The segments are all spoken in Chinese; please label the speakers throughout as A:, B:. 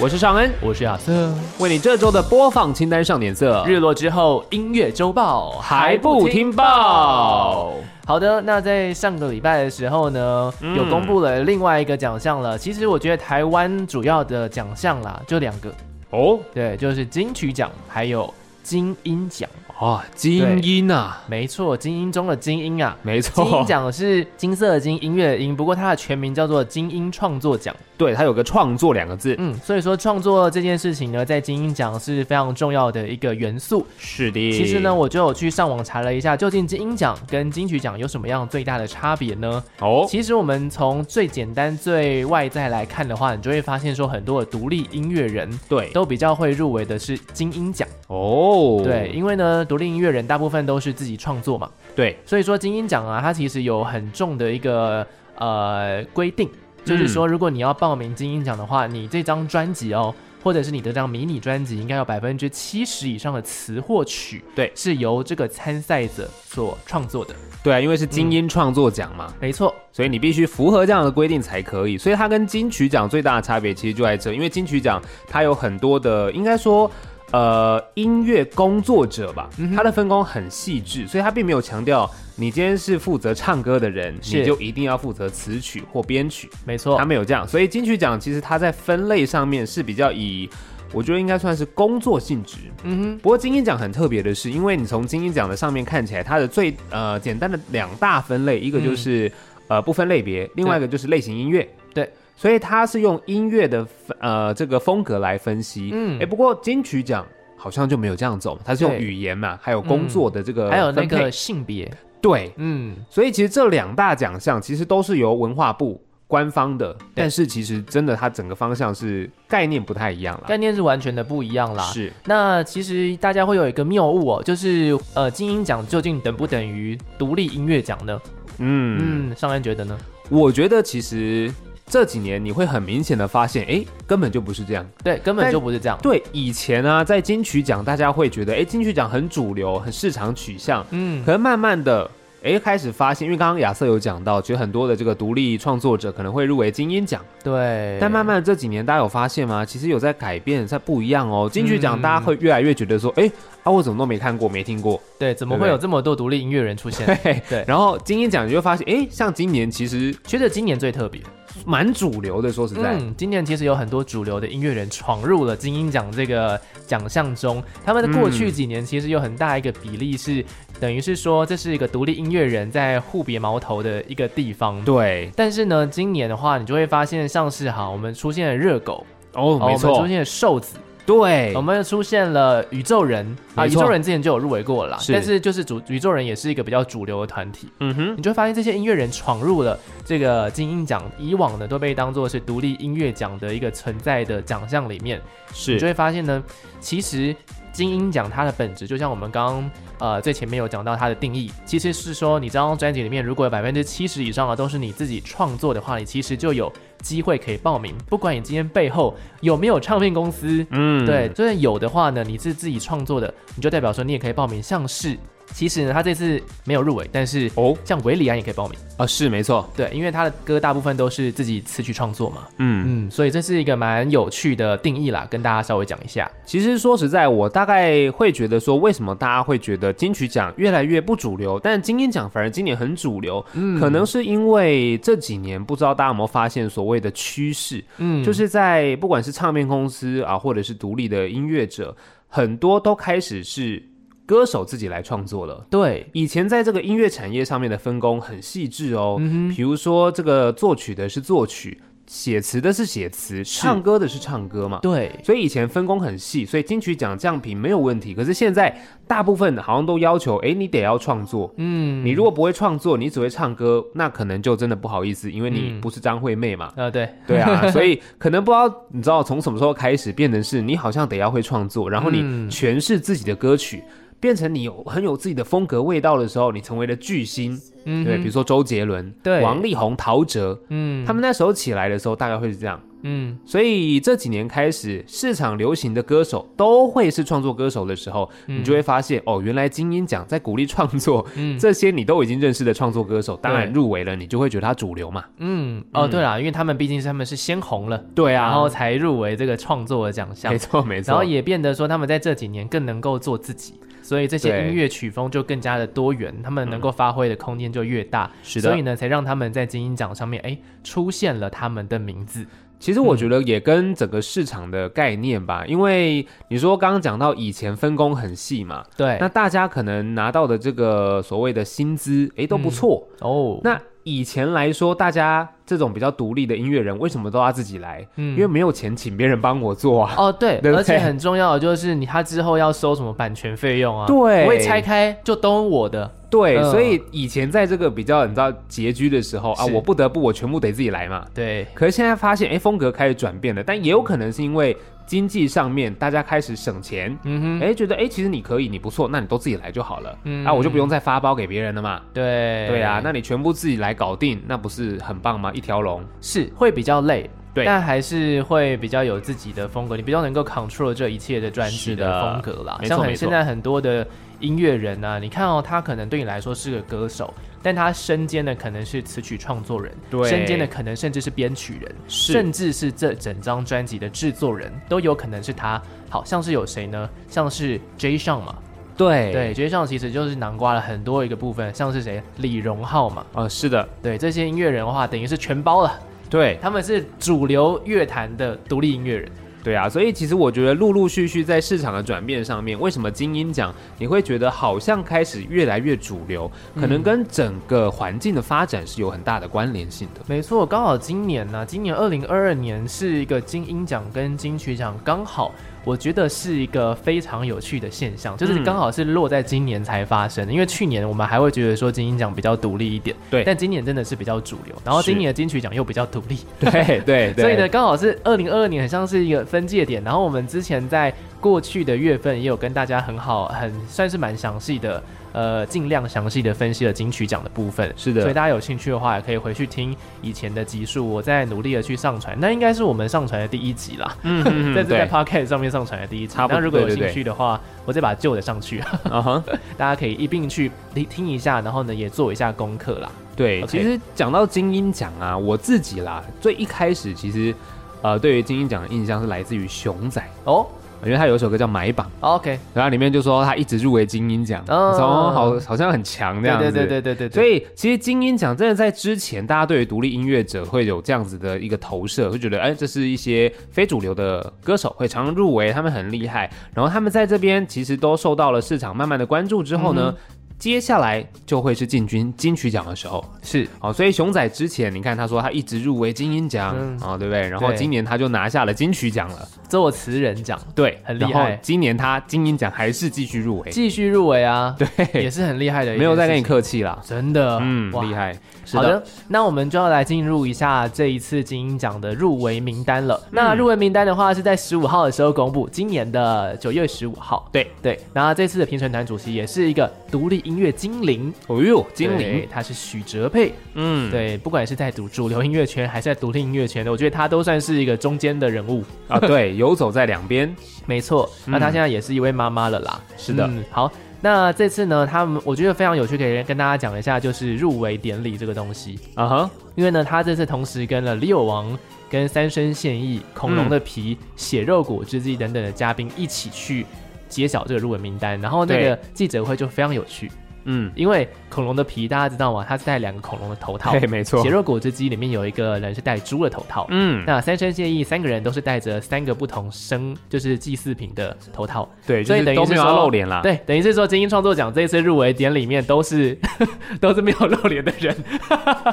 A: 我是尚恩，
B: 我是亚瑟，
A: 为你这周的播放清单上点色。
B: 日落之后音乐周报
A: 还不听报？
B: 好的，那在上个礼拜的时候呢，
A: 嗯
B: 有公布了另外一个奖项了。其实我觉得台湾主要的奖项啦，就两个，
A: 哦
B: 对，就是金曲奖还有金鹰奖。
A: 啊，精英啊，
B: 没错，精英中的精英啊。
A: 没
B: 金鹰
A: 错，
B: 奖是金色的金，音乐的音，不过它的全名叫做金鹰创作奖。
A: 对，它有个创作两个字。
B: 嗯，所以说创作这件事情呢，在金鹰奖是非常重要的一个元素。
A: 是的，
B: 其实呢，我就有去上网查了一下，究竟金鹰奖跟金曲奖有什么样最大的差别呢？
A: 哦，
B: 其实我们从最简单、最外在来看的话，你就会发现说，很多的独立音乐人
A: 对，
B: 都比较会入围的是金鹰奖。
A: 哦，
B: 对，因为呢，独立音乐人大部分都是自己创作嘛，
A: 对，
B: 所以说金鹰奖啊，它其实有很重的一个呃规定，就是说，如果你要报名金鹰奖的话，你这张专辑哦，或者是你的这张迷你专辑，应该有百分之七十以上的词或曲，
A: 对
B: 是由这个参赛者所创作的。
A: 对啊，因为是精英创作奖嘛，
B: 没错，
A: 所以你必须符合这样的规定才可以。所以它跟金曲奖最大的差别其实就在这，因为金曲奖它有很多的，应该说。呃，音乐工作者吧，他的分工很细致，所以他并没有强调你今天是负责唱歌的人，
B: 是哦
A: 你就一定要负责词曲或编曲，
B: 没错
A: 他，没有这样。所以金曲奖其实它在分类上面是比较以，我觉得应该算是工作性质，
B: 嗯
A: 不过金鹰奖很特别的是，因为你从金鹰奖的上面看起来，它的最呃简单的两大分类，一个就是、呃不分类别，另外一个就是类型音乐。
B: 嗯对，
A: 所以它是用音乐的分呃这个风格来分析。嗯，
B: 嗯
A: 哎、不过金曲奖。好像就没有这样哦走，它是用
B: 对
A: 语言嘛，还有工作的这个、
B: 哼，还有那个性别，
A: 对，
B: 嗯，
A: 所以其实这两大奖项其实都是由文化部官方的，但是其实真的它整个方向是概念不太一样啦。
B: 概念是完全的不一样啦。
A: 是，
B: 那其实大家会有一个谬误哦，就是呃，金鹰奖究竟等不等于独立音乐奖呢？
A: 嗯
B: 嗯，尚恩觉得呢？
A: 我觉得其实这几年你会很明显的发现，哎，根本就不是这样。
B: 对，根本
A: 但
B: 就不是这样。
A: 对，以前啊，在金曲奖，大家会觉得，哎，金曲奖很主流，很市场取向。
B: 嗯，
A: 可能慢慢的，哎，开始发现，因为刚刚亚瑟有讲到，觉得很多的这个独立创作者可能会入围金鹰奖，
B: 对。
A: 但慢慢的这几年，大家有发现吗？其实有在改变，在不一样哦。金曲奖
B: 嗯
A: 大家会越来越觉得说，哎，啊，我怎么都没看过，没听 过。
B: 对，怎
A: 对
B: 么
A: 不
B: 会
A: 对
B: 有这么多独立音乐人出现？
A: 嘿
B: 对
A: 然后金鹰奖你就会发现，哎，像今年其实
B: 觉得今年最特别。
A: 蛮主流的，说实在。
B: 嗯，今年其实有很多主流的音乐人闯入了金鹰奖这个奖项中，他们的过去
A: 嗯
B: 几年其实有很大一个比例是，等于是说这是一个独立音乐人在互别矛头的一个地
A: 嗯
B: 方。
A: 对，
B: 但是呢，今年的话，你就会发现，像是哈，我们出现了热狗，
A: 哦，
B: 哦
A: 没
B: 我
A: 错，
B: 们出现了瘦子，
A: 对
B: 我，们又出现了宇宙人啊，
A: 没
B: 宇
A: 错
B: 宙人之前就有入围过了啦，
A: 是
B: 但是就是主宇宙人也是一个比较主流的团体，
A: 嗯哼，，
B: 你就会发现这些音乐人闯入了这个金鹰奖，以往呢都被当做是独立音乐奖的一个存在的奖项里面，你就是会发现呢，其实金鹰奖它的本质，就像我们刚刚呃最前面有讲到它的定义，其实是说你这张专辑里面如果有百分之七十以上的都是你自己创作的话，你其实就有机会可以报名，不管你今天背后有没有唱片公司。
A: 嗯
B: 对，，就算有的话呢，你是自己创作的，你就代表说你也可以报名。像是，其实呢，他这次没有入围，但是
A: 哦，
B: 像韦礼安也可以报名，
A: 啊，是没错，
B: 对，因为他的歌大部分都是自己词曲创作嘛，
A: 嗯，
B: 嗯，所以这是一个蛮有趣的定义啦，跟大家稍微讲一下。
A: 其实说实在，我大概会觉得说，为什么大家会觉得金曲奖越来越不主流，但金鹰奖反而今年很主流，
B: 嗯
A: 可能是因为这几年不知道大家有没有发现所谓的趋势，
B: 嗯
A: 就是在不管是唱片公司啊，或者是独立的音乐者，很多都开始是歌手自己来创作了。
B: 对，
A: 以前在这个音乐产业上面的分工很细致哦，
B: 嗯
A: 比如说这个作曲的是作曲，写词的是写词，唱歌的是唱歌嘛
B: 哼，。对，
A: 所以以前分工很细，所以金曲奖降评没有问题。可是现在大部分好像都要求，哎，你得要创作。
B: 嗯，
A: 你如果不会创作，你只会唱歌，那可能就真的不好意思，因为你
B: 嗯
A: 不是张惠妹嘛。
B: 呃，对，
A: 对 啊，所以可能不知道，你知道从什么时候开始变成是你好像得要会创作，然后你
B: 嗯
A: 诠释自己的歌曲。变成你有很有自己的风格味道的时候，你成为了巨星。
B: 嗯
A: 对，
B: 哼
A: 比如说周杰伦、
B: 对
A: 王力宏、陶喆，
B: 嗯
A: 他们那时候起来的时候大概会是这样。
B: 嗯
A: 所以这几年开始，市场流行的歌手都会是创作歌手的时候，你就会发现哦，原来金鹰奖在鼓励创作，
B: 嗯
A: 这些你都已经认识的创作歌手，当然
B: 对
A: 入围了，你就会觉得他主流嘛。
B: 嗯哦对啦，因为他们毕竟是他们是先红了，
A: 对啊，
B: 然后才入围这个创作的奖项
A: 没，错没错，
B: 然后也变得说他们在这几年更能够做自己，所以这些
A: 对
B: 音乐曲风就更加的多元，他们能够发挥的空间就越大，
A: 嗯是的
B: 所以呢才让他们在金鹰奖上面哎出现了他们的名字，
A: 其实我觉
B: 嗯
A: 得也跟整个市场的概念吧，因为你说刚刚讲到以前分工很细嘛，
B: 对
A: 那大家可能拿到的这个所谓的薪资，诶都不错。
B: 哦
A: 那以前来说，大家这种比较独立的音乐人，为什么都要自己来？
B: 嗯
A: 因为没有钱请别人帮我做啊。
B: 哦，对，
A: 对不对
B: 而且很重要的就是你他之后要收什么版权费用啊？
A: 对
B: 不会拆开就都我的。
A: 对，
B: 嗯
A: 所以以前在这个比较你知道拮据的时候啊，
B: 是
A: 我不得不我全部得自己来嘛。
B: 对，
A: 可是现在发现，哎，风格开始转变了，但也有可能是因为经济上面大家开始省钱，
B: 嗯哼，
A: 哎，觉得哎，其实你可以，你不错，那你都自己来就好了，
B: 嗯
A: 啊，我就不用再发包给别人了嘛。
B: 对，
A: 对啊，那你全部自己来搞定，那不是很棒吗？一条龙。
B: 是会比较累。
A: 对
B: 但还是会比较有自己的风格，你比较能够 control 这一切的专辑
A: 是的
B: 风格啦。
A: 没错
B: 像
A: 没
B: 很
A: 错
B: 现在很多的音乐人啊，你看哦，他可能对你来说是个歌手，但他身兼的可能是词曲创作人，
A: 对
B: 身兼的可能甚至是编曲人，
A: 是
B: 甚至是这整张专辑的制作人都有可能是他。好像是有谁呢？像是 J 上嘛，
A: 对
B: 对，J 上其实就是囊括了很多一个部分，像是谁李荣浩嘛，
A: 哦，是的，
B: 对这些音乐人的话，等于是全包了。
A: 对
B: 他们是主流乐坛的独立音乐人。
A: 对啊，所以其实我觉得陆陆续续在市场的转变上面，为什么金鹰奖你会觉得好像开始越来越主流，可
B: 嗯
A: 能跟整个环境的发展是有很大的关联性的。
B: 没错，刚好今年呢、今年二零二二年是一个金鹰奖跟金曲奖刚好，我觉得是一个非常有趣的现象，就是
A: 嗯
B: 刚好是落在今年才发生的。因为去年我们还会觉得说金鹰奖比较独立一点，
A: 对
B: 但今年真的是比较主流，然后
A: 是
B: 今年的金曲奖又比较独立，
A: 对对对，
B: 所以呢，，刚好是二零二二年，很像是一个分界点。然后我们之前在过去的月份也有跟大家很好、很算是蛮详细的，呃，尽量详细的分析了金曲奖的部分。
A: 是的
B: 所以大家有兴趣的话，也可以回去听以前的集数，我再努力的去上传。那应该是我们上传的第一集啦，
A: 嗯嗯嗯
B: 这是在
A: 对
B: Podcast 上面上传的第一集。
A: 差不多
B: 那如果有
A: 对对
B: 兴
A: 对
B: 趣的话，我再把旧的上去，
A: 啊哈。
B: 大家可以一并去听听一下，然后呢也做一下功课啦。
A: 对
B: OK
A: 其实讲到金鹰奖啊，我自己啦，最一开始其实，呃，对于金鹰奖的印象是来自于熊仔，
B: 哦、
A: 因为他有一首歌叫《买榜》，
B: o k
A: 然后里面就说他一直入围金鹰奖，
B: 哦
A: 然后好好像很强这
B: 对
A: 样
B: 对
A: 子。
B: 对对对对对，
A: 所以其实金鹰奖真的在之前，大家对于独立音乐者会有这样子的一个投射，会觉得哎，这是一些非主流的歌手会常常入围，他们很厉害，然后他们在这边其实都受到了市场慢慢的关注之
B: 嗯
A: 后呢，接下来就会是进军金曲奖的时候。
B: 是
A: 哦，所以熊仔之前你看他说他一直入围金鹰奖，
B: 嗯
A: 哦，对不对？然后
B: 对
A: 今年他就拿下了金曲奖了，
B: 作词人奖。
A: 对，
B: 很厉
A: 然后
B: 害
A: 今年他金鹰奖还是继续入围，
B: 继续入围啊，也
A: 对，
B: 是很厉害的，
A: 没有再跟你，客气啦，
B: 真的，
A: 嗯，
B: 哇
A: 厉。害，是
B: 好的，那我们就要来进入一下这一次金鹰奖的入围名单了。
A: 嗯
B: 那入围名单的话是在十五号的时候公布，今年的九月十五号。
A: 对
B: 对，然后这次的评审团主席也是一个独立音乐精灵，
A: 哦呦，精
B: 对
A: 灵，
B: 他是许哲佩。
A: 嗯，
B: 对，不管是在主主流音乐圈还是在独立音乐圈的，我觉得他都算是一个中间的人物。
A: 啊，对，游走在两边，
B: 没错，
A: 嗯
B: 那她现在也是一位妈妈了啦。
A: 是的
B: 嗯，好，那这次呢，他们我觉得非常有趣，可以跟大家讲一下，就是入围典礼这个东西，
A: 啊哈，
B: 因为呢，他这次同时跟了李友王、跟三生现役、恐龙的皮、血肉果汁机等等的嘉宾一起去。揭晓这个入围名单，然后那个记者会就非常有趣，
A: 嗯，
B: 因为恐龙的皮大家知道吗？它是戴两个恐龙的头套，
A: 对，没错
B: 血，肉果汁机里面有一个人是戴猪的头套，
A: 嗯，
B: 那三生现役三个人都是戴着三个不同生，就是祭祀品的头套，
A: 对，就
B: 所以
A: 是
B: 等于
A: 都
B: 是
A: 没有要
B: 说
A: 露脸啦，
B: 对，等于是说精英创作奖这一次入围典礼面都是 都是没有露脸的人，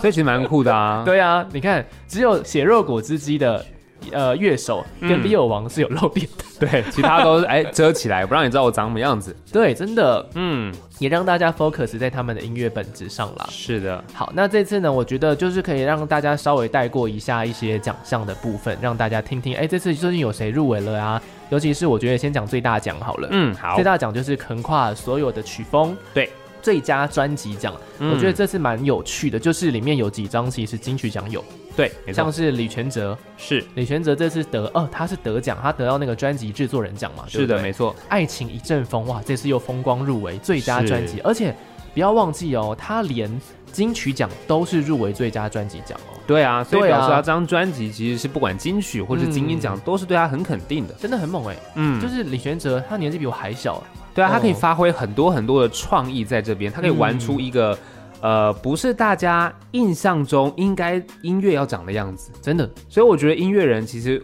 A: 所以其实蛮酷的啊，
B: 对啊，你看只有血肉果汁机的。呃乐手跟
A: 嗯
B: Leo 王是有露脸的，
A: 对，其他都是哎遮起来，不让你知道我长什么样子。
B: 对，真的
A: 嗯，
B: 也让大家 focus 在他们的音乐本质上啦。
A: 是的，
B: 好，那这次呢，我觉得就是可以让大家稍微带过一下一些奖项的部分，让大家听听，哎，这次究竟有谁入围了啊？尤其是我觉得先讲最大奖好了，
A: 嗯，好
B: 最，大奖就是横跨所有的曲风，
A: 对，
B: 最佳专辑奖，
A: 嗯
B: 我觉得这次蛮有趣的，就是里面有几张其实金曲奖有，
A: 嗯对，没
B: 像
A: 错，
B: 是李全哲，
A: 是
B: 李全哲这次得哦，他是得奖，他得到那个专辑制作人奖嘛，对
A: 是
B: 不对
A: 的，没错，
B: 爱情一阵风，哇，这次又风光入围最佳专辑，而且不要忘记哦，他连金曲奖都是入围最佳专辑奖哦，
A: 对啊，所以
B: 对啊嗯
A: 表示他这张专辑其实是不管金曲或是金音奖都是对他很肯定的。
B: 真的很猛哎、
A: 嗯，
B: 就
A: 就是
B: 是李玄哲，他年纪比我还小，
A: 对啊，他可以
B: 哦
A: 发挥很多很多的创意在这边，他可以玩出一
B: 嗯
A: 个。呃，不是大家印象中应该音乐要长的样子，
B: 真的
A: 所以我觉得音乐人其实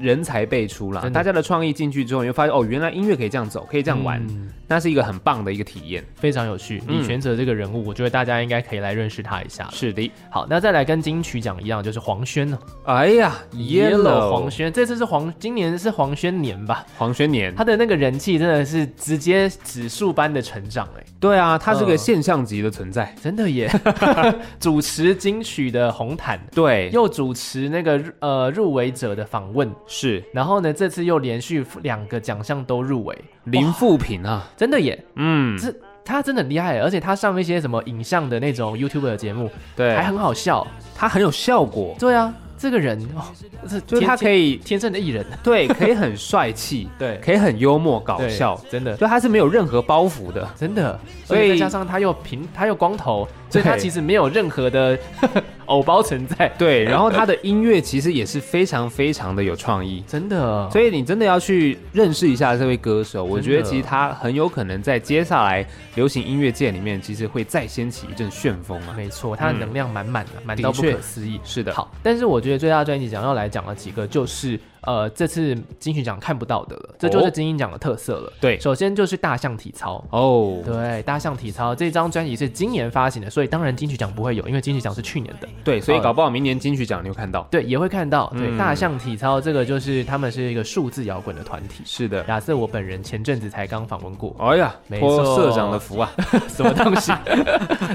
A: 人才辈出啦
B: 真，的
A: 大家的创意进去之后，你会发现哦，原来音乐可以这样走，可以这样玩，
B: 嗯
A: 那是一个很棒的一个体验。
B: 非常有趣。
A: 嗯
B: 李玄哲这个人物，我觉得大家应该可以来认识他一下了。
A: 是的，
B: 好，那再来跟金曲奖一样，就是黄轩呢、
A: 哎呀
B: Yellow 黄
A: 黄
B: 轩，这次是黄，今年是黄轩年吧？
A: 黄轩年，
B: 他的那个人气真的是直接指数般的成长哎、
A: 对啊，他是个
B: 嗯
A: 现象级的存在。
B: 真的耶！ 主持金曲的红毯，
A: 对，
B: 又主持那个呃入围者的访问，
A: 是
B: 然后呢，这次又连续两个奖项都入围，
A: 零
B: 哇
A: 负评啊，
B: 真的耶！
A: 嗯，
B: 这他真的很厉害，而且他上一些什么影像的那种 YouTube 的节目，
A: 对，
B: 还很好笑。
A: 他很有效果，
B: 对啊，这个人哦，这
A: 就是他可
B: 以
A: 以
B: 天生的艺人，
A: 对，可以很帅气，
B: 对
A: 可以很幽默搞
B: 对
A: 笑，
B: 真的。
A: 对，他是没有任何包袱的。
B: 真的，
A: 所
B: 所
A: 以
B: 以再加上他又平，他又光头，所以他
A: 对
B: 其实没有任何的 偶包存在，
A: 对，然后他的音乐其实也是非常非常的有创意，
B: 真的。
A: 所以你真的要去认识一下这位歌手，我觉得
B: 真的
A: 其实他很有可能在接下来流行音乐界里面，其实会再掀起一阵旋风啊。
B: 没错，他的能量满满的，满到
A: 的
B: 不
A: 确
B: 可思议。
A: 是的，，
B: 好，但是我觉得最大专辑奖要来讲的几个，就是呃这次金曲奖看不到的了，这就是金鹰奖的特色了。
A: 哦对
B: 首先就是大象体操。
A: 哦，
B: 对，大象体操这张专辑是今年发行的，所以当然金曲奖不会有，因为金曲奖是去年的。
A: 对，所以
B: 呃
A: 搞不好明年金曲奖你会看到。
B: 对，也会看到。对，
A: 嗯
B: 大象体操这个就是他们是一个数字摇滚的团体。
A: 是的，
B: 亚瑟，我本人前阵子才刚访问过
A: 哎呀，
B: 没
A: 托
B: 错
A: 社长的 福啊！
B: 什么东西，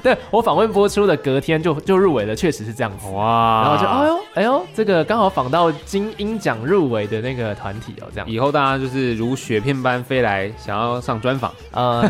B: 对我访问播出的隔天就就入围了，确实是这样子。
A: 哇，
B: 然后就哎呦哎呦，这个刚好访到金鹰奖入围的那个团体哦，这样
A: 以后大家就是如雪片般飞来，想要上 专访，
B: 呃，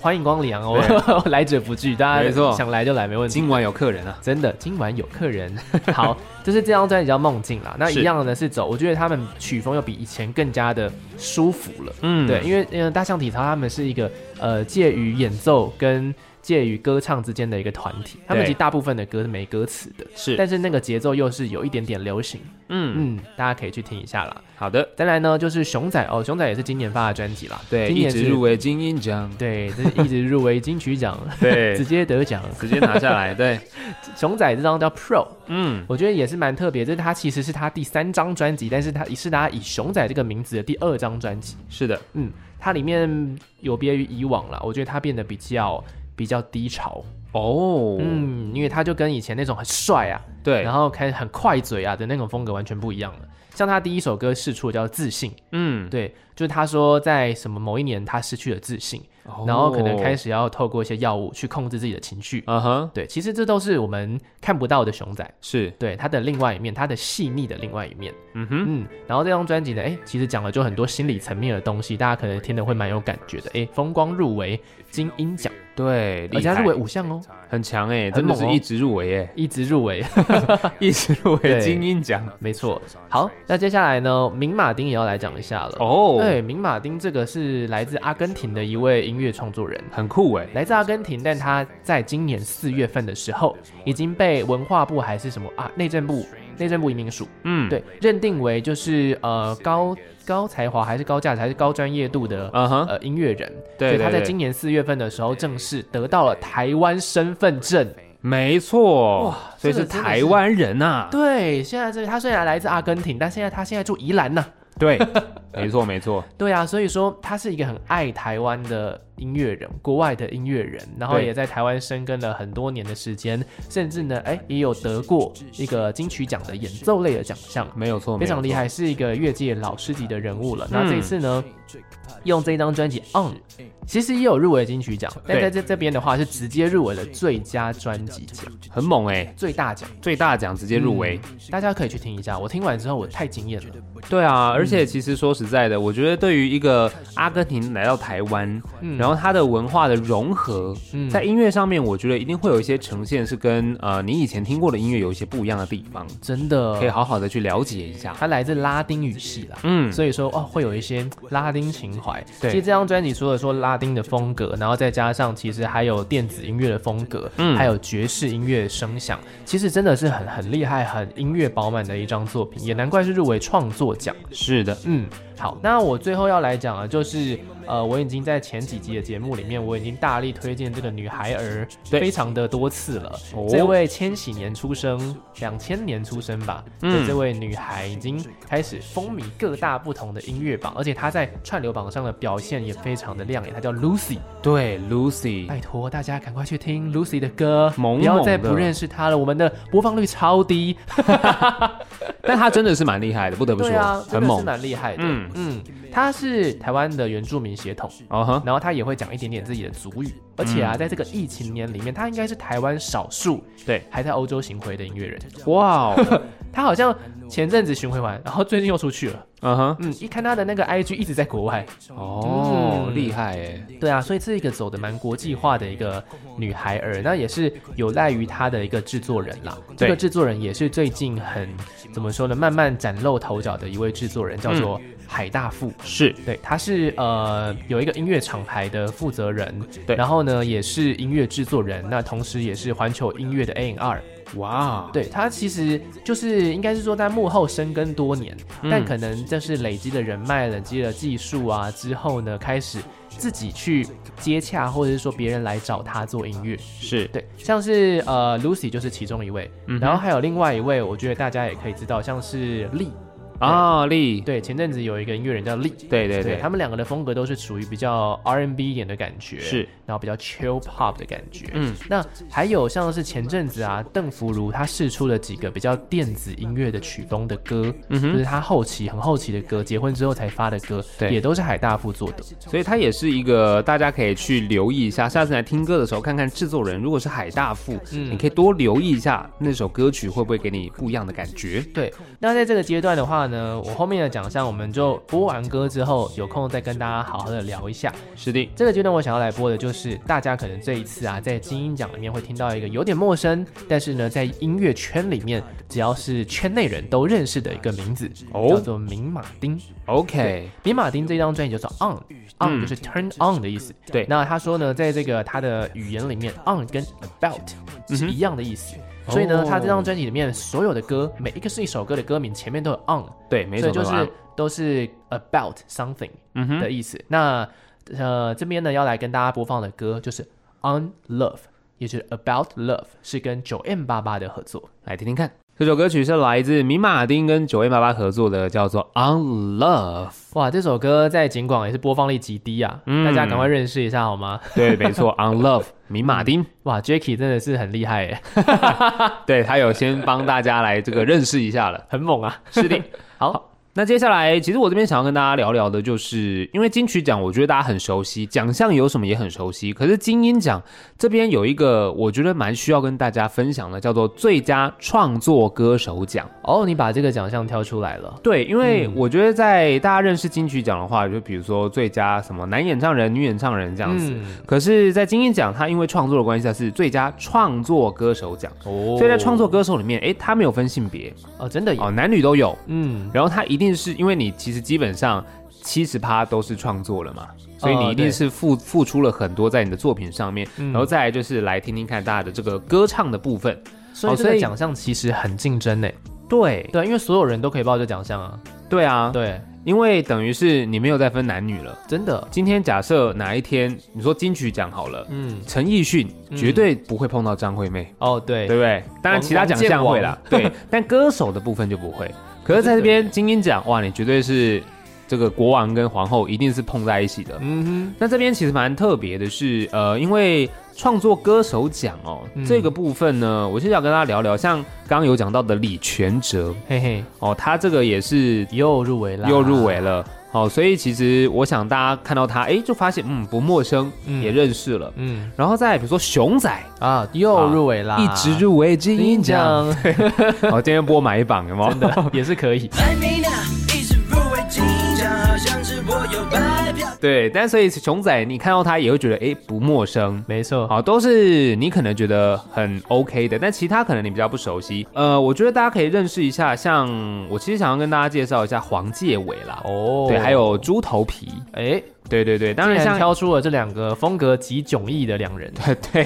B: 欢迎光临啊，我来者不拒，大
A: 没错
B: 家想来就来，没问题。
A: 今晚有客人啊。
B: 真的，今晚有客人。好，就是这张专辑叫《梦境》啦。那
A: 是
B: 一样的呢是走，我觉得他们曲风又比以前更加的舒服了。
A: 嗯
B: 对，因为因为大象体操他们是一个呃介于演奏跟介于歌唱之间的一个团体，他们
A: 对
B: 其实大部分的歌是没歌词的，
A: 是
B: 但是那个节奏又是有一点点流行，
A: 嗯，
B: 嗯，大家可以去听一下啦。
A: 好的，
B: 再来呢就是熊仔哦，熊仔也是今年发的专辑啦，
A: 对，
B: 今
A: 一
B: 年
A: 直
B: 是
A: 入围金 鹰奖，
B: 对，这一直入围金曲奖，
A: 对
B: 直接得奖。
A: 直接拿 下来，对，
B: 熊仔这张叫 Pro，
A: 嗯，
B: 我觉得也是蛮特别，这是他其实是他第三张专辑，但是他是他以熊仔这个名字的第二张专辑。
A: 是的，
B: 嗯，它里面有别于以往啦，我觉得它变得比较比较低潮。
A: 哦，
B: 嗯，因为他就跟以前那种很帅啊，
A: 对，
B: 然后开始很快嘴啊的那种风格完全不一样了。像他第一首歌试出的叫《自信》，
A: 嗯，
B: 对，就是他说在什么某一年他失去了自信，
A: 哦
B: 然后可能开，始要透过一些药物去控制自己的情绪。
A: 嗯哼，
B: 对，其实这都是我们看不到的熊仔，
A: 是，
B: 对他的另外一面，他的细腻的另外一面。
A: 嗯哼，
B: 嗯，然后这张专辑呢，哎，其实讲了就很多心理层面的东西，大家可能听的会蛮有感觉的。哎，风光入围金鹰奖，
A: 对，
B: 而且他
A: 厉害
B: 入围五项哦，
A: 很强哎，
B: 很
A: 真的
B: 猛
A: 是
B: 哦
A: 一直入 围哎，
B: 一直入围，
A: 一直入围
B: 对
A: 金鹰奖，
B: 没错。好，那接下来呢，明马丁也要来讲一下了。
A: 哦，
B: 对，明马丁这个是来自阿根廷的一位音乐创作人，
A: 很酷哎，
B: 来自阿根廷，但他在今年四月份的时候，已经被文化部还是什么啊内政部内政部移民署
A: 嗯，，
B: 对认定为就是呃高高才华还是高价值还是高专业度的
A: 嗯哼，
B: 呃音乐人，
A: 对
B: 所以他
A: 对
B: 在
A: 对
B: 今年四月份的时候正式得到了台湾身份证。
A: 没错，所
B: 这
A: 以
B: 个
A: 是
B: 真的
A: 台
B: 是
A: 湾人啊呐，
B: 对，现在这他虽然来自阿根廷，但现在他现在住宜兰呐、
A: 对，没错没错，
B: 对啊，所以说他是一个很爱台湾的音乐人，国外的音乐人，然后
A: 对
B: 也在台湾生根了很多年的时间，甚至呢，哎，也有得过一个金曲奖的演奏类的奖项，
A: 没有错，
B: 非常
A: 没
B: 厉
A: 有错。
B: 害，是一个乐界老师级的人物了。那
A: 嗯
B: 这一次呢，用这一张专辑《On》，其实也有入围金曲奖，但
A: 对
B: 在这这边的话是直接入围了最佳专辑奖、
A: 很猛哎、
B: 最大奖，嗯
A: 最大奖直接入围。
B: 大家可以去听一下。我听完之后我太惊艳了，
A: 对啊，而且其实说实在的，我觉得对于一个阿根廷来到台湾，
B: 嗯
A: 然后它的文化的融合，
B: 嗯
A: 在音乐上面，我觉得一定会有一些呈现是跟呃你以前听过的音乐有一些不一样的地方，
B: 真
A: 可以
B: 的，
A: 好好的去了解一下。
B: 它来自拉丁语系啦。
A: 嗯，
B: 所以说哦，会有一些拉丁情怀。
A: 对
B: 其实这张专辑除了说拉丁的风格，然后再加上其实还有电子音乐的风格，
A: 嗯
B: 还有爵士音乐的声响，其实真的是很很厉害、很音乐饱满的一张作品，也难怪是入围创作奖。
A: 是的，
B: 嗯，好，那我最后要来讲啊，就是呃，我已经在前几集的节目里面，我已经大力推荐这个女孩儿，
A: 对
B: 非常的多次了。
A: 哦
B: 这位千禧年出生，两千年出生吧，
A: 嗯
B: 的这位女孩已经开始风靡各大不同的音乐榜，而且她在串流榜上的表现也非常的亮眼。她叫 Lucy，
A: 对，Lucy，
B: 拜托大家赶快去听 Lucy 的歌，
A: 萌
B: 不要再
A: 萌的
B: 不认识她了，我们的播放率超低，
A: 但她真的是蛮厉害的，不得不
B: 哎对
A: 说，
B: 啊，
A: 很
B: 真的是
A: 猛。
B: 蛮厉害的。
A: 嗯
B: 嗯，她是台湾的原住民血统。
A: 哦哈，
B: 然后他也会讲一点点自己的族语，而且啊，在这个疫情年里面，他应该是台湾少数
A: 对，
B: 还在欧洲巡回的音乐人。
A: 哇哦，
B: 他好像前阵子巡回完，然后最近又出去了。
A: 嗯哼，
B: 嗯，一看他的那个 IG 一直在国外。
A: 哦，
B: 嗯
A: 厉害哎，
B: 对啊，所以是一个走的蛮国际化的一个女孩儿，那也是有赖于她的一个制作人啦。这
A: 对
B: 个制作人也是最近很怎么说呢，慢慢崭露头角的一位制作人，叫做海大富。
A: 是
B: 对，他是呃有一个音乐厂牌的负责人，
A: 对
B: 然后呢也是音乐制作人，那同时也是环球音乐的 A N R，
A: 哇，
B: 对他其实就是应该是说在幕后深耕多年，但可能就是累积了人脉、累积了技术啊之后呢，开始自己去接洽，或者是说别人来找他做音乐，
A: 是
B: 对，像是呃 Lucy 就是其中一位，然后还有另外一位，我觉得大家也可以知道，像是丽，
A: 啊，力，
B: 对，前阵子有一个音乐人叫丽，
A: 对对对
B: 他，们两个的风格都是属于比较 R N B 一点的感觉，
A: 是，
B: 然后比较 chill pop 的感觉。
A: 嗯，
B: 那还有像是前阵子啊，邓福如他试出了几个比较电子音乐的曲风的歌，嗯就是他后期很后期的歌，结婚之后才发的歌，
A: 对
B: 也都是海大富做的。
A: 所以它也是一个大家可以去留意一下，下次来听歌的时候看看制作人，如果是海大富，
B: 嗯
A: 你可以多留意一下那首歌曲会不会给你不一样的感觉。
B: 对，那在这个阶段的话呢，我后面的奖项我们就播完歌之后，有空再跟大家好好的聊一下。
A: 是的，
B: 这个阶段我想要来播的就是大家可能这一次啊，在金鹰奖里面会听到一个有点陌生，但是呢，在音乐圈里面，只要是圈内人都认识的一个名字，
A: 哦
B: 叫做明马丁。
A: OK，
B: 明马丁这张专辑叫做 On。On 就是 turn on 的意思。
A: 嗯对
B: 那他说呢，在这个他的语言里面，on 跟 about 是一样的意思。所以呢
A: 嗯哦，
B: 他这张专辑里面所有的歌，每一个是一首歌的歌名前面都有 on，
A: 对，没
B: 所
A: 错，
B: 以就是
A: 没错啊嗯
B: 都是 about something 的意思。那呃这边呢要来跟大家播放的歌就是 On Love，也就是 About Love，是跟九 M 八八的合作。
A: 来听听看。这首歌曲是来自米马丁跟九 A 八八合作的，叫做《On Love》。
B: 哇，这首歌在景广也是播放率极低啊，
A: 嗯
B: 大家赶快认识一下好吗？
A: 对，没错，《On Love》米马丁，
B: 哇 j a c k i e 真的是很厉害耶，
A: 对他有先帮大家来这个认识一下了。
B: 很猛啊！
A: 是 的，
B: 好，
A: 那接下来，其实我这边想要跟大家聊聊的，就是因为金曲奖，我觉得大家很熟悉，奖项有什么也很熟悉。可是金鹰奖这边有一个，我觉得蛮需要跟大家分享的，叫做最佳创作歌手奖。
B: 哦，你把这个奖项挑出来了，
A: 对，因为
B: 嗯
A: 我觉得在大家认识金曲奖的话，就比如说最佳什么男演唱人、女演唱人这样子。
B: 嗯
A: 可是，在金鹰奖，它因为创作的关系，它是最佳创作歌手奖。
B: 哦
A: 所以在创作歌手里面，诶，它没有分性别
B: 哦，真的耶，
A: 哦，男女都有。
B: 嗯，
A: 然后它一定是因为你其实基本上七十趴都是创作了嘛，所以
B: 哦
A: 你一定是付、付出了很多在你的作品上面。
B: 嗯
A: 然后再来就是来听听看大家的这个歌唱的部分。
B: 所以
A: 哦
B: 这
A: 所
B: 个
A: 以
B: 奖项其实很竞争呢。
A: 对
B: 对，因为所有人都可以报这奖项啊。
A: 对啊，
B: 对，
A: 因为等于是你没有再分男女了。
B: 真的，
A: 今天假设哪一天你说金曲奖好了，
B: 嗯，
A: 陈奕迅
B: 嗯
A: 绝对不会碰到张惠妹，
B: 哦，对，
A: 对不对？当然其他奖项 会啦，对，但歌手的部分就不会。可是在这边金鹰奖，哇，你绝对是这个国王跟皇后一定是碰在一起的。
B: 嗯
A: 那这边其实蛮特别的是，呃，因为创作歌手奖哦、
B: 嗯
A: 这个部分呢，我是想跟大家聊聊，像刚刚有讲到的李全哲
B: 哼，嘿嘿，
A: 哦，他这个也是
B: 又入围了，
A: 又入围，了。好、所以其实我想大家看到他，哎，就发现嗯不陌生，
B: 嗯
A: 也认识了。
B: 嗯
A: 然后再比如说熊仔，
B: 啊，又入围啦，
A: 一直入围金
B: 金
A: 鹰
B: 鹰
A: 奖，
B: 奖，
A: 哦，今天播买榜有没有？
B: 真的也是可以，
C: 艾米娜一直不为金奖，好像是我有白嫖。
A: 对，但所以熊仔你看到他也会觉得哎不陌生，
B: 没错，
A: 好，都是你可能觉得很 OK 的，但其他可能你比较不熟悉。呃，我觉得大家可以认识一下，像我其实想要跟大家介绍一下黄介伟啦，
B: 哦
A: 对，还有猪头皮，
B: 哎，
A: 对对对，当然
B: 竟
A: 像
B: 挑出了这两个风格极迥异的两人，
A: 对，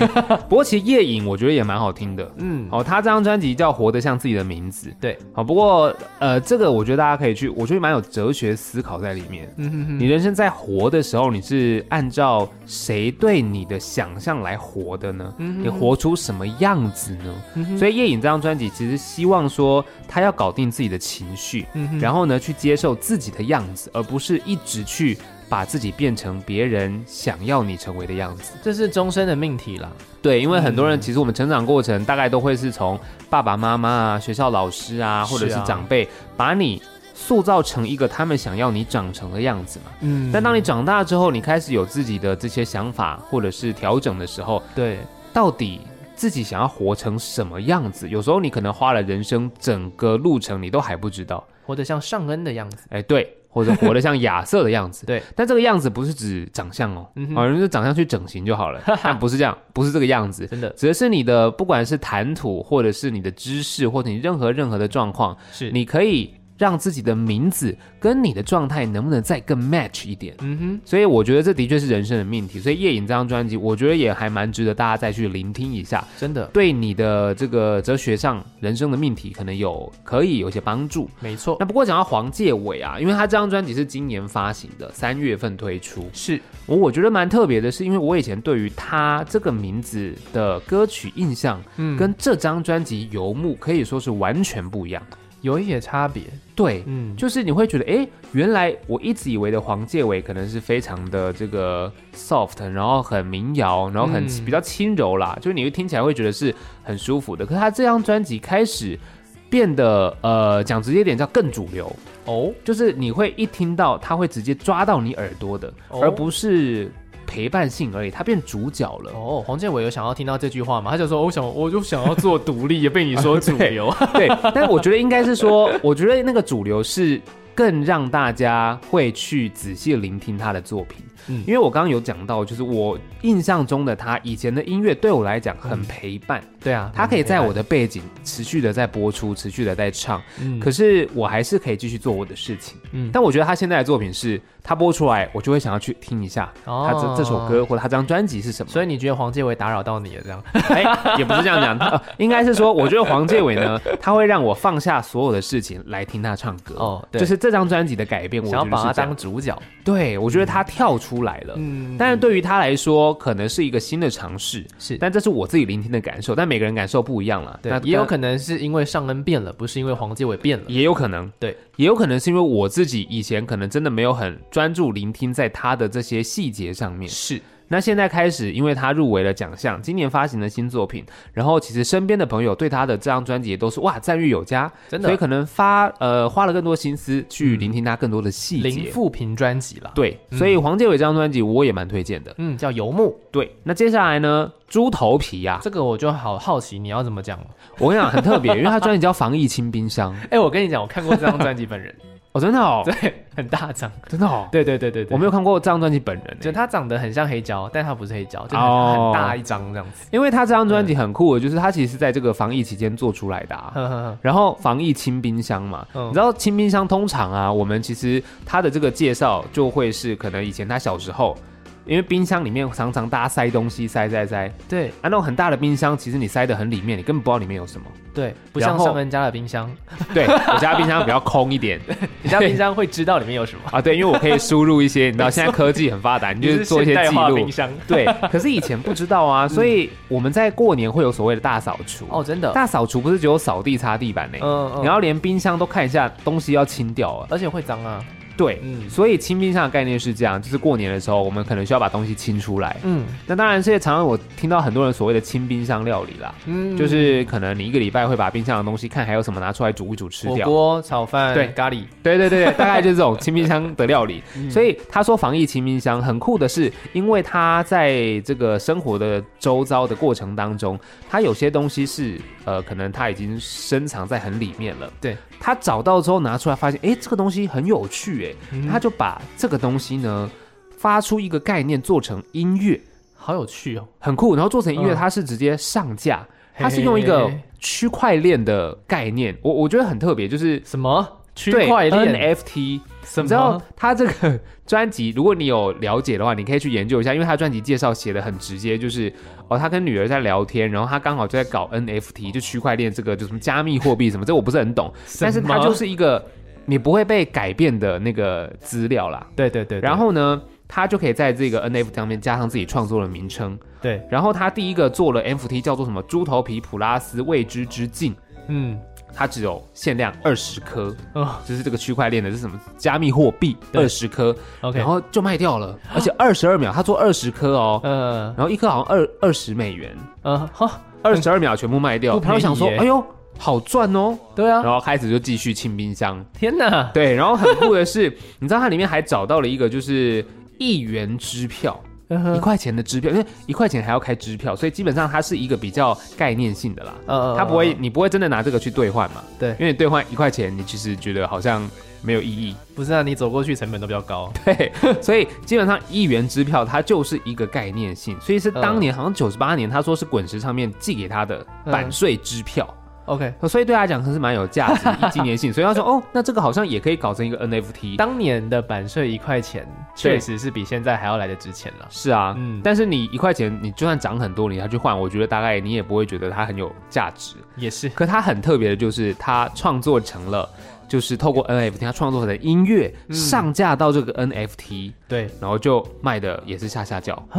A: 不过其实夜影我觉得也蛮好听的。
B: 嗯，
A: 哦，他这张专辑叫《活得像自己的名字》。
B: 对，
A: 好，不过呃，这个我觉得大家可以去，我觉得蛮有哲学思考在里面。
B: 嗯哼哼，
A: 你人生在活的时候，你是按照谁对你的想象来活的呢？
B: 嗯
A: 你活出什么样子呢？所以《夜影》这张专辑其实希望说，他要搞定自己的情绪，
B: 嗯
A: 然后呢，去接受自己的样子，而不是一直去把自己变成别人想要你成为的样子。
B: 这是终身的命题啦，
A: 对，因为很多人其实我们成长过程大概都会是从爸爸妈妈啊、学校老师啊，或者是
B: 是啊
A: 长辈、把你塑造成一个他们想要你长成的样子嘛。
B: 嗯
A: 但当你长大之后，你开始有自己的这些想法或者是调整的时候，
B: 对，
A: 到底自己想要活成什么样子？有时候你可能花了人生整个路程，你都还不知道。
B: 活得像上恩的样子，
A: 哎，对，或者活得像亚瑟的 样子。
B: 对，
A: 但这个样子不是指长相哦，
B: 嗯哼
A: 好、有人就长相去整形就好 了，但不是这样，不是这个样子。
B: 真的
A: 指的是你的，不管是谈吐，或者是你的知识，或者你任何任何的状况，
B: 是
A: 你可以让自己的名字跟你的状态能不能再更 match 一点。
B: 嗯哼，
A: 所以我觉得这的确是人生的命题。所以《夜影》这张专辑，我觉得也还蛮值得大家再去聆听一下，
B: 真的
A: 对你的这个哲学上、人生的命题可能有可以有一些帮助。
B: 没错
A: 那，不过讲到黄介伟啊，因为他这张专辑是今年发行的，三月份推出。
B: 是
A: 我我觉得蛮特别的是，因为我以前对于他这个名字的歌曲印象，
B: 嗯
A: 跟这张专辑《游牧》可以说是完全不一样。
B: 有一些差别，
A: 对，
B: 嗯，
A: 就是你会觉得，哎、原来我一直以为的黄介伟可能是非常的这个 soft，然后很民谣，然后很、
B: 嗯
A: 比较轻柔啦，就是你会听起来会觉得是很舒服的。可是他这张专辑开始变得，呃，讲直接点叫更主流，
B: 哦，
A: 就是你会一听到他会直接抓到你耳朵的，
B: 哦
A: 而不是陪伴性而已，他变主角了。
B: 哦，黄建伟有想要听到这句话吗？他就说，哦我想，我就想要做独立，也被你说主流。
A: 对，但我觉得应该是说，我觉得那个主流是更让大家会去仔细聆听他的作品。
B: 嗯
A: 因为我刚刚有讲到，就是我印象中的他以前的音乐对我来讲
B: 嗯
A: 很陪伴，
B: 对 啊，
A: 他可以在我的背景持续的在播出，持续的在唱，
B: 嗯，
A: 可是我还是可以继续做我的事情。
B: 嗯
A: 但我觉得他现在的作品是，他播出来我就会想要去听一下他这、
B: 哦
A: 这首歌或者他这张专辑是什么。
B: 所以你觉得黄建伟打扰到你了？这样
A: 哎、也不是这样讲， 呃应该是说，我觉得黄建伟呢，他会让我放下所有的事情来听他唱歌。
B: 哦对
A: 就是这张专辑的改变，我
B: 想要
A: 觉得
B: 把
A: 是
B: 他
A: 这样
B: 当。主角，
A: 对，我觉得他跳出来了。
B: 嗯
A: 但是对于他来说，可能是一个新的尝试，
B: 是
A: 但这是我自己聆听的感受，但每个人感受不一样了。
B: 对
A: 那，
B: 也有
A: 能，
B: 可能是因为尚恩变了，不是因为黄建伟变了。
A: 也有可能，
B: 对，
A: 也有可能是因为我自己以前可能真的没有很专注聆听在他的这些细节上面。
B: 是，
A: 那现在开始，因为他入围了奖项，今年发行了新作品，然后其实身边的朋友对他的这张专辑也都是哇赞誉有加，
B: 真的
A: 所以可能发呃花了更多心思去聆听他更多的细
B: 林
A: 节。
B: 富平专辑了，
A: 对，所以黄建伟这张专辑我也蛮推荐的。
B: 嗯，叫游牧，
A: 对，那接下来呢，猪头皮呀、
B: 这个我就好好奇你要怎么讲了。
A: 我跟你讲很特别，因为他专辑叫《防疫清冰箱》
B: 哎，我跟你讲，我看过这张专辑本人，
A: 哦，真的哦，
B: 对，很大张，
A: 真的哦，
B: 对对对对对，
A: 我没有看过这张专辑本人
B: 就
A: 欸，
B: 他长得很像黑胶，但他不是黑胶，就很
A: 哦
B: 很大一张这样子。
A: 因为他这张专辑很酷的，就是他其实在这个防疫期间做出来的啊。
B: 呵呵呵，
A: 然后防疫清冰箱嘛，
B: 嗯
A: 你知道清冰箱通常啊，我们其实它的这个介绍就会是可能以前他小时候，因为冰箱里面常常大家塞东西塞塞塞，
B: 对
A: 啊那种很大的冰箱，其实你塞得很里面，你根本不知道里面 有什么。
B: 对，不
A: 然
B: 像
A: 后
B: 上恩家的冰箱，
A: 对我家冰箱比较空一点
B: 你家 冰箱会知道里面有什么，
A: 啊，对，因为我可以输入一些，你知道现在科技很发达，你就是做一些
B: 现代
A: 记
B: 化
A: 录
B: 冰。箱。
A: 对，可是以前不知道
B: 嗯
A: 啊，所以我们在过年会有所谓的大扫除。
B: 哦，真的，
A: 大扫除不是只有扫地、擦地板呢、
B: 嗯嗯
A: 你要连冰箱都看一下，东西要清掉啊。
B: 而且会脏啊，
A: 对，
B: 嗯
A: 所以清冰箱的概念是这样，就是过年的时候，我们可能需要把东西清出来。
B: 嗯
A: 那当然，现在常常我听到很多人所谓的清冰箱料理啦，
B: 嗯
A: 就是可能你一个礼拜会把冰箱的东西看还有什么拿出来煮一煮吃
B: 火
A: 掉。
B: 锅、炒饭、
A: 对
B: 咖喱，
A: 对对对，对大概就 是这种清冰箱的料理。
B: 嗯
A: 所以他说防疫清冰箱很酷的是，因为他在这个生活的周遭的过程当中，他有些东西是呃，可能他已经深藏在很里面了。
B: 对，
A: 他找到之后拿出来，发现诶，这个东西很有趣
B: 嗯
A: 诶，他就把这个东西呢发出一个概念，做成音乐。
B: 好有趣哦。
A: 很酷。然后做成音乐，
B: 嗯
A: 它是直接上架，
B: 嘿
A: 它是用一个
B: 嘿嘿
A: 区块链的概念，我我觉得很特别，就是
B: 什么区
A: 对
B: 块链？
A: NFT。
B: 什
A: 你知道
B: 么？
A: 他这个 专辑，如果你有了解的话，你可以去研究一下，因为他专辑介绍写的很直接，就是哦，他跟女儿在聊天，然后他刚好就在搞 NFT，就区块链这个，就什么加密货币什么，这我不是很懂，
B: 什
A: 但是它
B: 么
A: 就是一个你不会被改变的那个资料啦。
B: 对对对，对
A: 然后呢，他就可以在这个 NFT 上面加上自己创作的名称，
B: 对，
A: 然后他第一个做了 NFT 叫做什么猪头皮普拉斯未知之境，
B: 嗯
A: 它只有限量二十颗，
B: 哦
A: 这是这个区块链的，这是什么加密货币
B: 对
A: 二十颗，
B: ，OK，
A: 然后就卖掉了，而且二十二秒，他做二十颗哦，
B: 呃
A: 然后一颗好像二二十美元，
B: 呃，好，
A: 二十二秒全部卖掉，
B: 不
A: 他就想说，
B: 便宜耶
A: 哎呦，好赚哦，
B: 对啊
A: 然，后开始就继续清冰箱，
B: 天哪，
A: 对，然后很酷的是， 你知道它里面还找到了一个就是一元支票。
B: 嗯哼
A: 一块钱的支票，因为一块钱还要开支票，所以基本上它是一个比较概念性的啦。
B: 呃
A: 它不会，你不会真的拿这个去兑换嘛？
B: 对
A: 因为你兑换一块钱，你其实觉得好像没有意义。
B: 不是啊，你走过去成本都比较高。
A: 对，所以基本上一元支票它就是一个概念性，所以是当年好像九十八年，他说是滚石上面寄给他的版税支票。
B: OK，
A: 所以对他来讲可能是蛮有价值、一纪念性，所以他说哦，那这个好像也可以搞成一个 NFT。
B: 当年的版税一块钱，
A: 对
B: 确实是比现在还要来的值钱了。
A: 是啊，
B: 嗯
A: 但是你一块钱，你就算涨很多，你要去换，我觉得大概你也不会觉得它很有价值。
B: 也是，
A: 可它很特别的就是，它创作成了，就是透过 NFT，它创作成的音乐、上架到这个 NFT，
B: 对，
A: 然后就卖的也是下下叫。
B: 啊，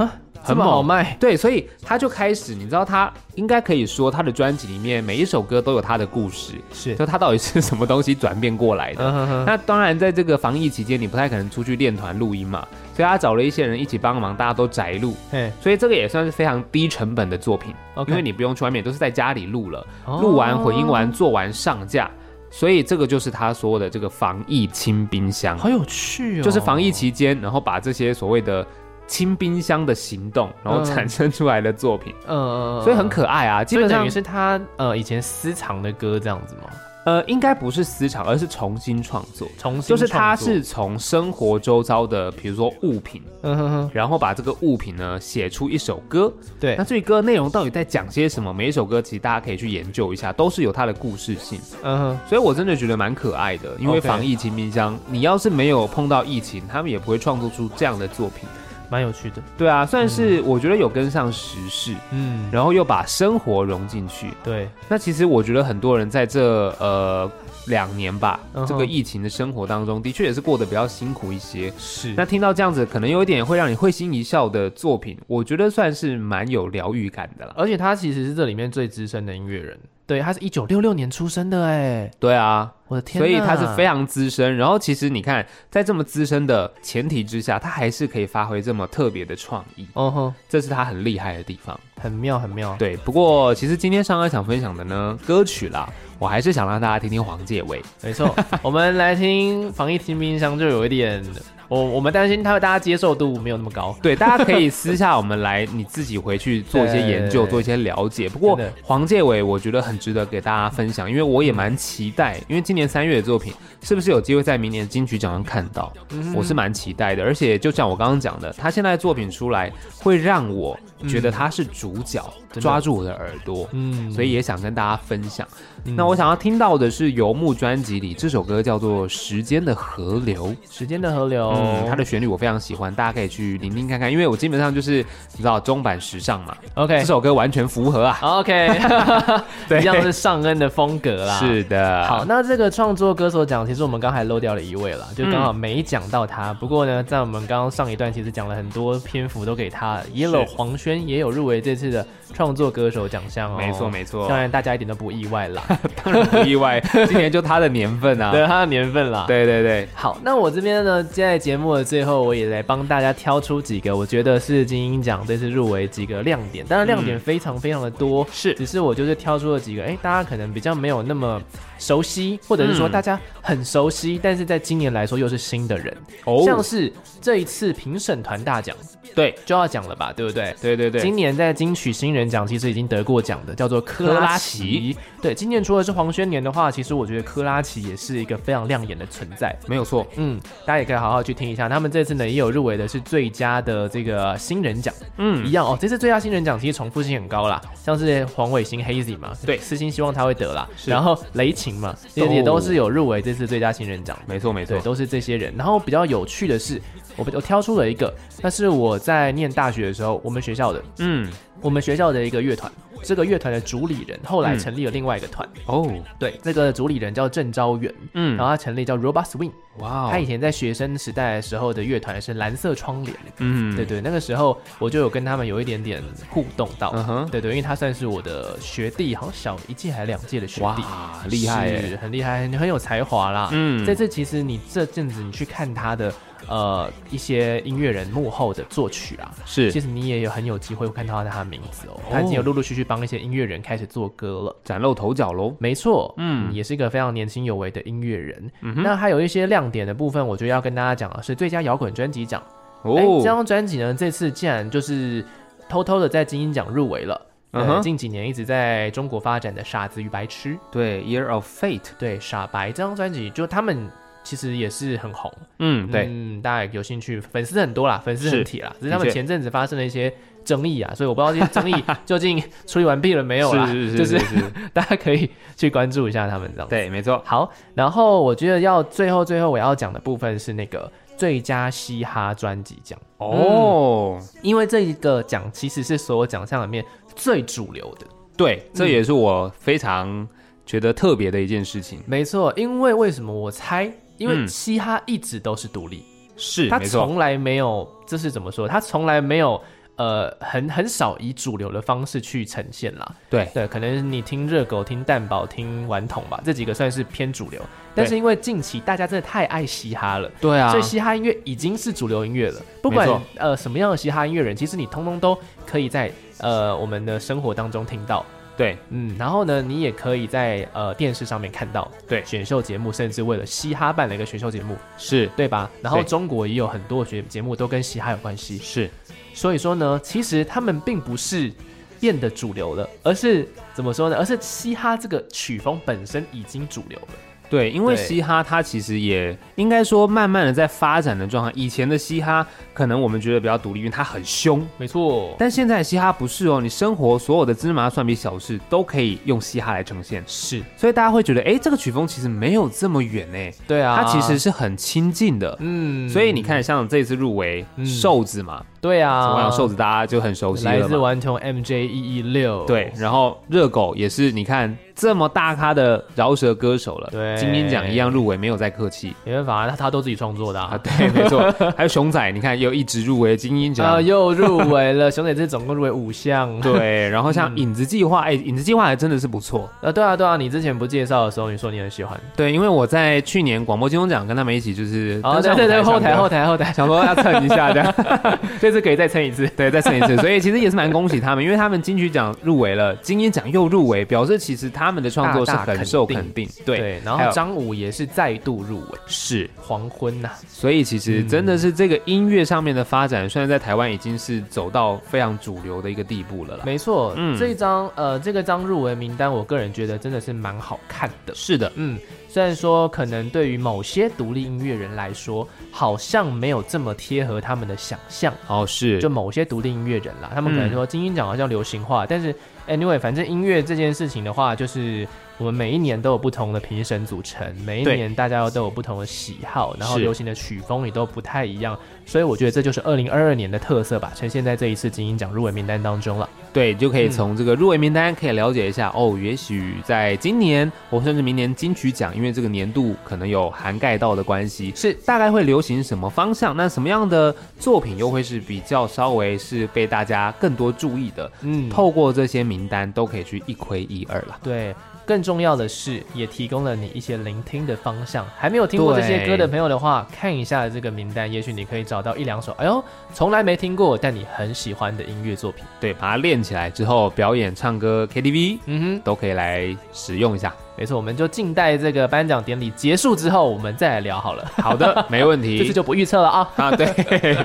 B: 这
A: 很
B: 么好
A: 猛
B: 卖，
A: 对，所以他就开始，你知道他应该可以说他的专辑里面每一首歌都有他的故事，
B: 是
A: 就他到底是什么东西转变过来的。
B: 嗯哼哼，
A: 那当然，在这个防疫期间，你不太可能出去练团录音嘛，所以他找了一些人一起帮忙，大家都宅录，
B: 嘿，
A: 所以这个也算是非常低成本的作品
B: OK
A: 因为你不用去外面，都是在家里录了，
B: 哦
A: 录完混音完做完上架，所以这个就是他说的这个防疫清冰箱，
B: 好有趣哦，
A: 就是防疫期间，然后把这些所谓的清冰箱的行动，然后
B: 嗯
A: 产生出来的作品，
B: 嗯，嗯，嗯
A: 所以很，可爱啊。
B: 基
A: 基
B: 本
A: 本
B: 上
A: 上
B: 于是他呃以前私藏的歌这样子嘛，
A: 呃，应该不是私藏，而是重新创作。
B: 重新
A: 就是他
B: 创作，
A: 是从生活周遭的，比如说物品，
B: 嗯哼哼，
A: 然后把这个物品呢写出一首歌，
B: 对
A: 那，这个歌内容到底在讲些什么？每一首歌其实大家可以去研究一下，都是有它的故事性，
B: 嗯哼，
A: 所以我真的觉得蛮可爱的。因为
B: OK
A: 防疫清冰箱，你要是没有碰到疫情，他们也不会创作出这样的作品。
B: 蛮有趣的，
A: 对啊，算是我觉得有跟上时事，
B: 嗯，
A: 然后又把生活融进去。
B: 对，
A: 那其实我觉得很多人在这呃两年吧
B: 嗯哼
A: 这个疫情的生活当中，的确也是过得比较辛苦一些。
B: 是
A: 那听到这样子，可能有一点会让你会心一笑的作品，我觉得算是蛮有疗愈感的啦。
B: 而且他其实是这里面最资深的音乐人，对，他是一九六六年出生的，哎，
A: 对啊，
B: 我的天
A: 所
B: 呐，
A: 以他是非常资深。然后其实你看，在这么资深的前提之下，他还是可以发挥这么特别的创意，
B: 哦吼，
A: 这是他很厉害的地方。
B: 很妙很妙，
A: 嗯对，不过其实今天上岸想分享的呢，歌曲啦，我还是想让大家听听黄介伟。
B: 没 错，我们来听防疫听冰箱就有一点，我我们担心他大家接受度没有那么高。
A: 对，大家可以私下我们来，你自己回去做一些研究，
B: 对
A: 做一些了解。不过
B: 真的
A: 黄介伟，我觉得很值得给大家分享，因为我也蛮期待，因为今年三月的作品是不是有机会在明年金曲奖上看到？
B: 嗯
A: 我是蛮期待的。而且就像我刚刚讲的，他现在的作品出来，会让我觉得他是主角，
B: 嗯的
A: 抓住我的耳朵。
B: 嗯
A: 所以也想跟大家分享。那我想要听到的是游牧专辑里这首歌叫做《时间的河流》。
B: 时间的河流，哦
A: 嗯，它的旋律我非常喜欢，大家可以去聆听看看，因为我基本上就是你知道中版时尚嘛，
B: OK
A: 这首歌完全符合啊，
B: OK，
A: 对
B: 一样是尚恩的风格啦。。
A: 是的，
B: 好，那这个创作歌手奖，其实我们刚才漏掉了一位了，就
A: 嗯
B: 刚好没讲到他。不过呢，在我们刚刚上一段，其实讲了很多篇幅都给他了。Yellow 黄轩也有入围这次的创作歌手奖项哦，
A: 没错没错
B: 当然大家一点都不意外 啦，
A: 当然不 意外，今年就他的年份啊，
B: 对他的年份啦。。
A: 对对对，
B: 好，那我这边呢，在节目的最后，我也来帮大家挑出几个我觉得是金鹰奖这次入围几个亮点。当然，亮
A: 嗯
B: 点非常非常的多，
A: 是
B: 只是我就是挑出了几个，哎、大家可能比较没有那么熟悉，或者是说
A: 嗯
B: 大家很熟悉，但是在今年来说又是新的人，
A: 哦
B: 像是这一次评审团大奖
A: 对
B: 就要讲了吧，对不对？
A: 对对对，
B: 今年在金曲新人奖其实已经得过奖的，叫做科
A: 科
B: 拉
A: 拉
B: 奇。对，今年除了是黄轩年的话，其实我觉得科拉奇也是一个非常亮眼的存在。
A: 没有错，
B: 嗯，大家也可以好好去听一下。他们这次呢也有入围的是最佳的这个新人奖，
A: 嗯
B: 一样哦。这次最佳新人奖其实重复性很高啦，像是黄伟星 Hazy 嘛，
A: 对
B: 私心希望他会得啦。
A: 是
B: 然后雷霆嘛，也
A: 哦
B: 也都是有入围这次最佳新人奖。
A: 没错没错
B: 对，，都是这些人。然后比较有趣的是，我我挑出了一个，那是我在念大学的时候，我们学校的
A: 嗯
B: 我们学校的一个乐团，这个乐团的主理人后来
A: 嗯
B: 成立了另外一个团，
A: 哦
B: 对，这个主理人叫郑昭元，
A: 嗯
B: 然后他成立叫 Robot Swing。
A: 哇
B: 他
A: 哦
B: 以，前在学生时代的时候的乐团是蓝色窗帘，
A: 嗯
B: 对对，那个时候我就有跟他们有一点点互动到，
A: 嗯哼
B: 对对，因为他算是我的学弟，好像小一届还两届的学弟，
A: 哇厉害
B: 是
A: 耶
B: 很厉害，很很有才华啦。
A: 嗯
B: 在这其实你这阵子你去看他的呃一些音乐人幕后的作曲啊，
A: 是
B: 其实你也有很有机会会看到他的名字哦，他已经有陆陆续续帮一些音乐人开始做歌了。
A: 崭露头角喽，
B: 没错，
A: 嗯
B: 嗯，也是一个非常年轻有为的音乐人。那还有一些亮点的部分，我觉得要跟大家讲的是最佳摇滚专辑奖。哦，这张专辑呢，这次竟然就是偷偷的在金鹰奖入围了。
A: 嗯哼
B: 呃，近几年一直在中国发展的《傻子与白痴》，
A: 对 Year of Fate，
B: 对《傻白》这张专辑，就他们其实也是很红，
A: 嗯对，
B: 嗯，大家有兴趣，粉丝很多啦，粉丝很
A: 是
B: 铁啦，只是他们
A: 的确
B: 前阵子发生了一些争议啊，所以我不知道这些争 议究竟处理完毕了没有啦，
A: 是是
B: 就是是
A: 是是，
B: 大家可以去关注一下他们这样子。
A: 对没错，
B: 好，然后我觉得要最后最后我要讲的部分是那个最佳嘻哈专辑奖，
A: 哦
B: 因为这一个奖其实是所有奖项里面最主流的。
A: 对，这也是我非常觉得特别的一件事情，
B: 没错，因为为什么我猜？因为
A: 嗯
B: 嘻哈一直都是独立，
A: 是
B: 它
A: 没错，
B: 从来没有，这是怎么说？它从来没有。呃，很很少以主流的方式去呈现啦。
A: 对
B: 对，可能你听热狗、听蛋堡、听顽童吧，这几个算是偏主流。但是因为近期大家真的太爱嘻哈了，
A: 对啊
B: 所以，嘻哈音乐已经是主流音乐了。不管
A: 没错
B: 呃什么样的嘻哈音乐人，其实你通通都可以在呃我们的生活当中听到。
A: 对
B: 嗯，然后呢，你也可以在呃电视上面看到，
A: 对
B: 选秀节目，甚至为了嘻哈办了一个选秀节目，
A: 是
B: 对吧？然后
A: 对
B: 中国也有很多节节目都跟嘻哈有关系，
A: 是
B: 所以说呢，其实他们并不是变得主流了，而是怎么说呢？而是嘻哈这个曲风本身已经主流了。
A: 对，因为
B: 对
A: 嘻哈它其实也应该说慢慢的在发展的状态。以前的嘻哈可能我们觉得比较独立，因为它很凶，
B: 没错，
A: 但现在的嘻哈不是哦，你生活所有的芝麻蒜皮小事都可以用嘻哈来呈现，
B: 是
A: 所以大家会觉得，哎，这个曲风其实没有这么远呢，
B: 对啊，
A: 它其实是很亲近的。
B: 嗯，
A: 所以你看，像这次入围
B: 嗯
A: 瘦子嘛，
B: 对啊，
A: 我想瘦子大家就很熟悉
B: 来
A: 了
B: 自
A: 嘛。
B: 顽童 MJ 一一六，
A: 对，然后热狗也是，你看这么大咖的饶舌歌手了，
B: 对
A: 金鹰奖一样入围，没有再客气。
B: 没办法啊，他他都自己创作的
A: 啊，
B: 啊。
A: 对，没错， 还有熊仔，你看也有一直入围金鹰奖。
B: 啊，又入围了，熊仔这总共入围五项。，
A: 对，然后
B: 嗯
A: 像影子计划，哎、影子计划还真的是不错。
B: 呃，对啊，对啊，你之前不介绍的时候，你说你很喜欢。
A: 对，因为我在去年广播金钟奖跟他们一起就是
B: 啊，
A: 登上
B: 对对对，
A: 舞
B: 后
A: 台
B: 台后
A: 上的，
B: 台后台，
A: 想说要蹭一下这样，
B: 这次可以再蹭一次。
A: 对，再蹭一次。所以其实也是蛮恭喜他们，因为他们金曲奖入围了，金鹰奖又入围，表示其实他们的创作是
B: 大大
A: 很受
B: 肯定
A: 肯定。对，
B: 然
A: 还
B: 后
A: 有
B: 张武也是再度入围
A: 是，
B: 黄昏呐、
A: 所以其
B: 嗯
A: 实真的是这个音乐上面的发展，虽然在台湾已经是走到非常主流的一个地步了啦。
B: 没错，
A: 嗯
B: 这一张呃这个张入围名单，我个人觉得真的是蛮好看的。
A: 是的，
B: 嗯，虽然说可能对于某些独立音乐人来说，好像没有这么贴合他们的想象。
A: 哦，是，
B: 就某些独立音乐人啦，他们可能
A: 嗯
B: 说金鹰奖好像流行化，但是 anyway，反正音乐这件事情的话，就是我们每一年都有不同的评审组成，每一
A: 对
B: 年大家都有不同的喜好，然后
A: 是
B: 流行的曲风也都不太一样，所以我觉得这就是二零二二年的特色吧，呈现在这一次金鹰奖入围名单当中了。
A: 对，就可
B: 嗯
A: 以从这个入围名单可以了解一下、哦。也许在今年或甚至明年金曲奖，因为这个年度可能有涵盖到的关系，
B: 是
A: 大概会流行什么方向？那什么样的作品又会是比较稍微是被大家更多注意的？
B: 嗯
A: 透过这些名单都可以去一窥一二了。
B: 对，更重要的是，也提供了你一些聆听的方向。还没有听过这些歌的朋友的话，看一下这个名单，也许你可以找到一两首，哎呦，从来没听过，但你很喜欢的音乐作品。
A: 对，把它练起来之后，表演、唱歌、KTV
B: 嗯
A: 都可以来使用一下。
B: 哼，没错，我们就静待这个颁奖典礼结束之后，我们再来聊好了。
A: 好 的，没问题。
B: 这次就不预测了啊！
A: 啊，对，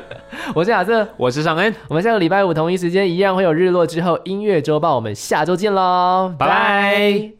B: 我是亚瑟，
A: 我是尚恩，
B: 我们下个礼拜五同一时间一样会有日落之后音乐周报，我们下周见喽，
A: 拜拜